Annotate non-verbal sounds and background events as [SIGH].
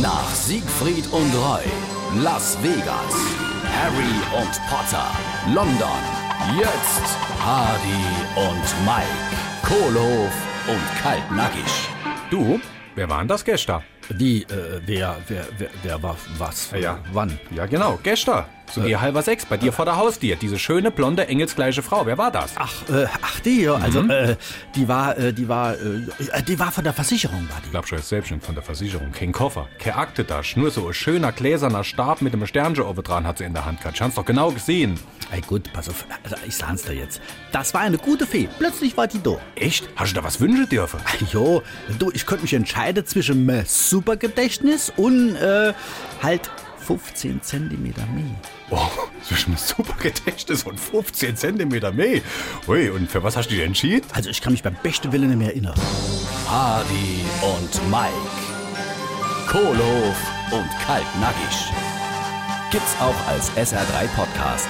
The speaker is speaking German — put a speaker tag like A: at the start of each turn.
A: Nach Siegfried und Roy, Las Vegas, Harry und Potter, London, jetzt Hardy und Mike, Kohlhof und Kaltnackig.
B: Du, wer war denn das gestern?
A: Die, äh, wer, wer, wer, wer war was?
B: Ja.
A: Wann?
B: Ja, genau, gestern. So gegen halber sechs, bei dir vor der Haustür. Diese schöne, blonde, engelsgleiche Frau. Wer war das?
A: Ach, äh, ach die, ja, also, äh, die war, äh, die war, äh, äh, die war von der Versicherung, war die.
B: Glaub schon, ist selbstständig von der Versicherung. Kein Koffer, keine Akte da. Nur so ein schöner, gläserner Stab mit einem Sternchen oben dran hat sie in der Hand gehabt. Ich hab's doch genau gesehen.
A: Ey, gut, pass auf, also ich sag's dir jetzt. Das war eine gute Fee, plötzlich war die da.
B: Echt? Hast du da was wünschen dürfen?
A: [LAUGHS] Jo, du, ich könnte mich entscheiden zwischen äh, Supergedächtnis und, äh, halt 15 Zentimeter mehr.
B: Oh, zwischen Supergedächtnis und 15 Zentimeter mehr. Ui, und für was hast du dich entschieden?
A: Also ich kann mich beim besten Willen nicht mehr erinnern. Hardy und Mike. Kohlof und Kaltnackig. Gibt's auch als SR3 Podcast.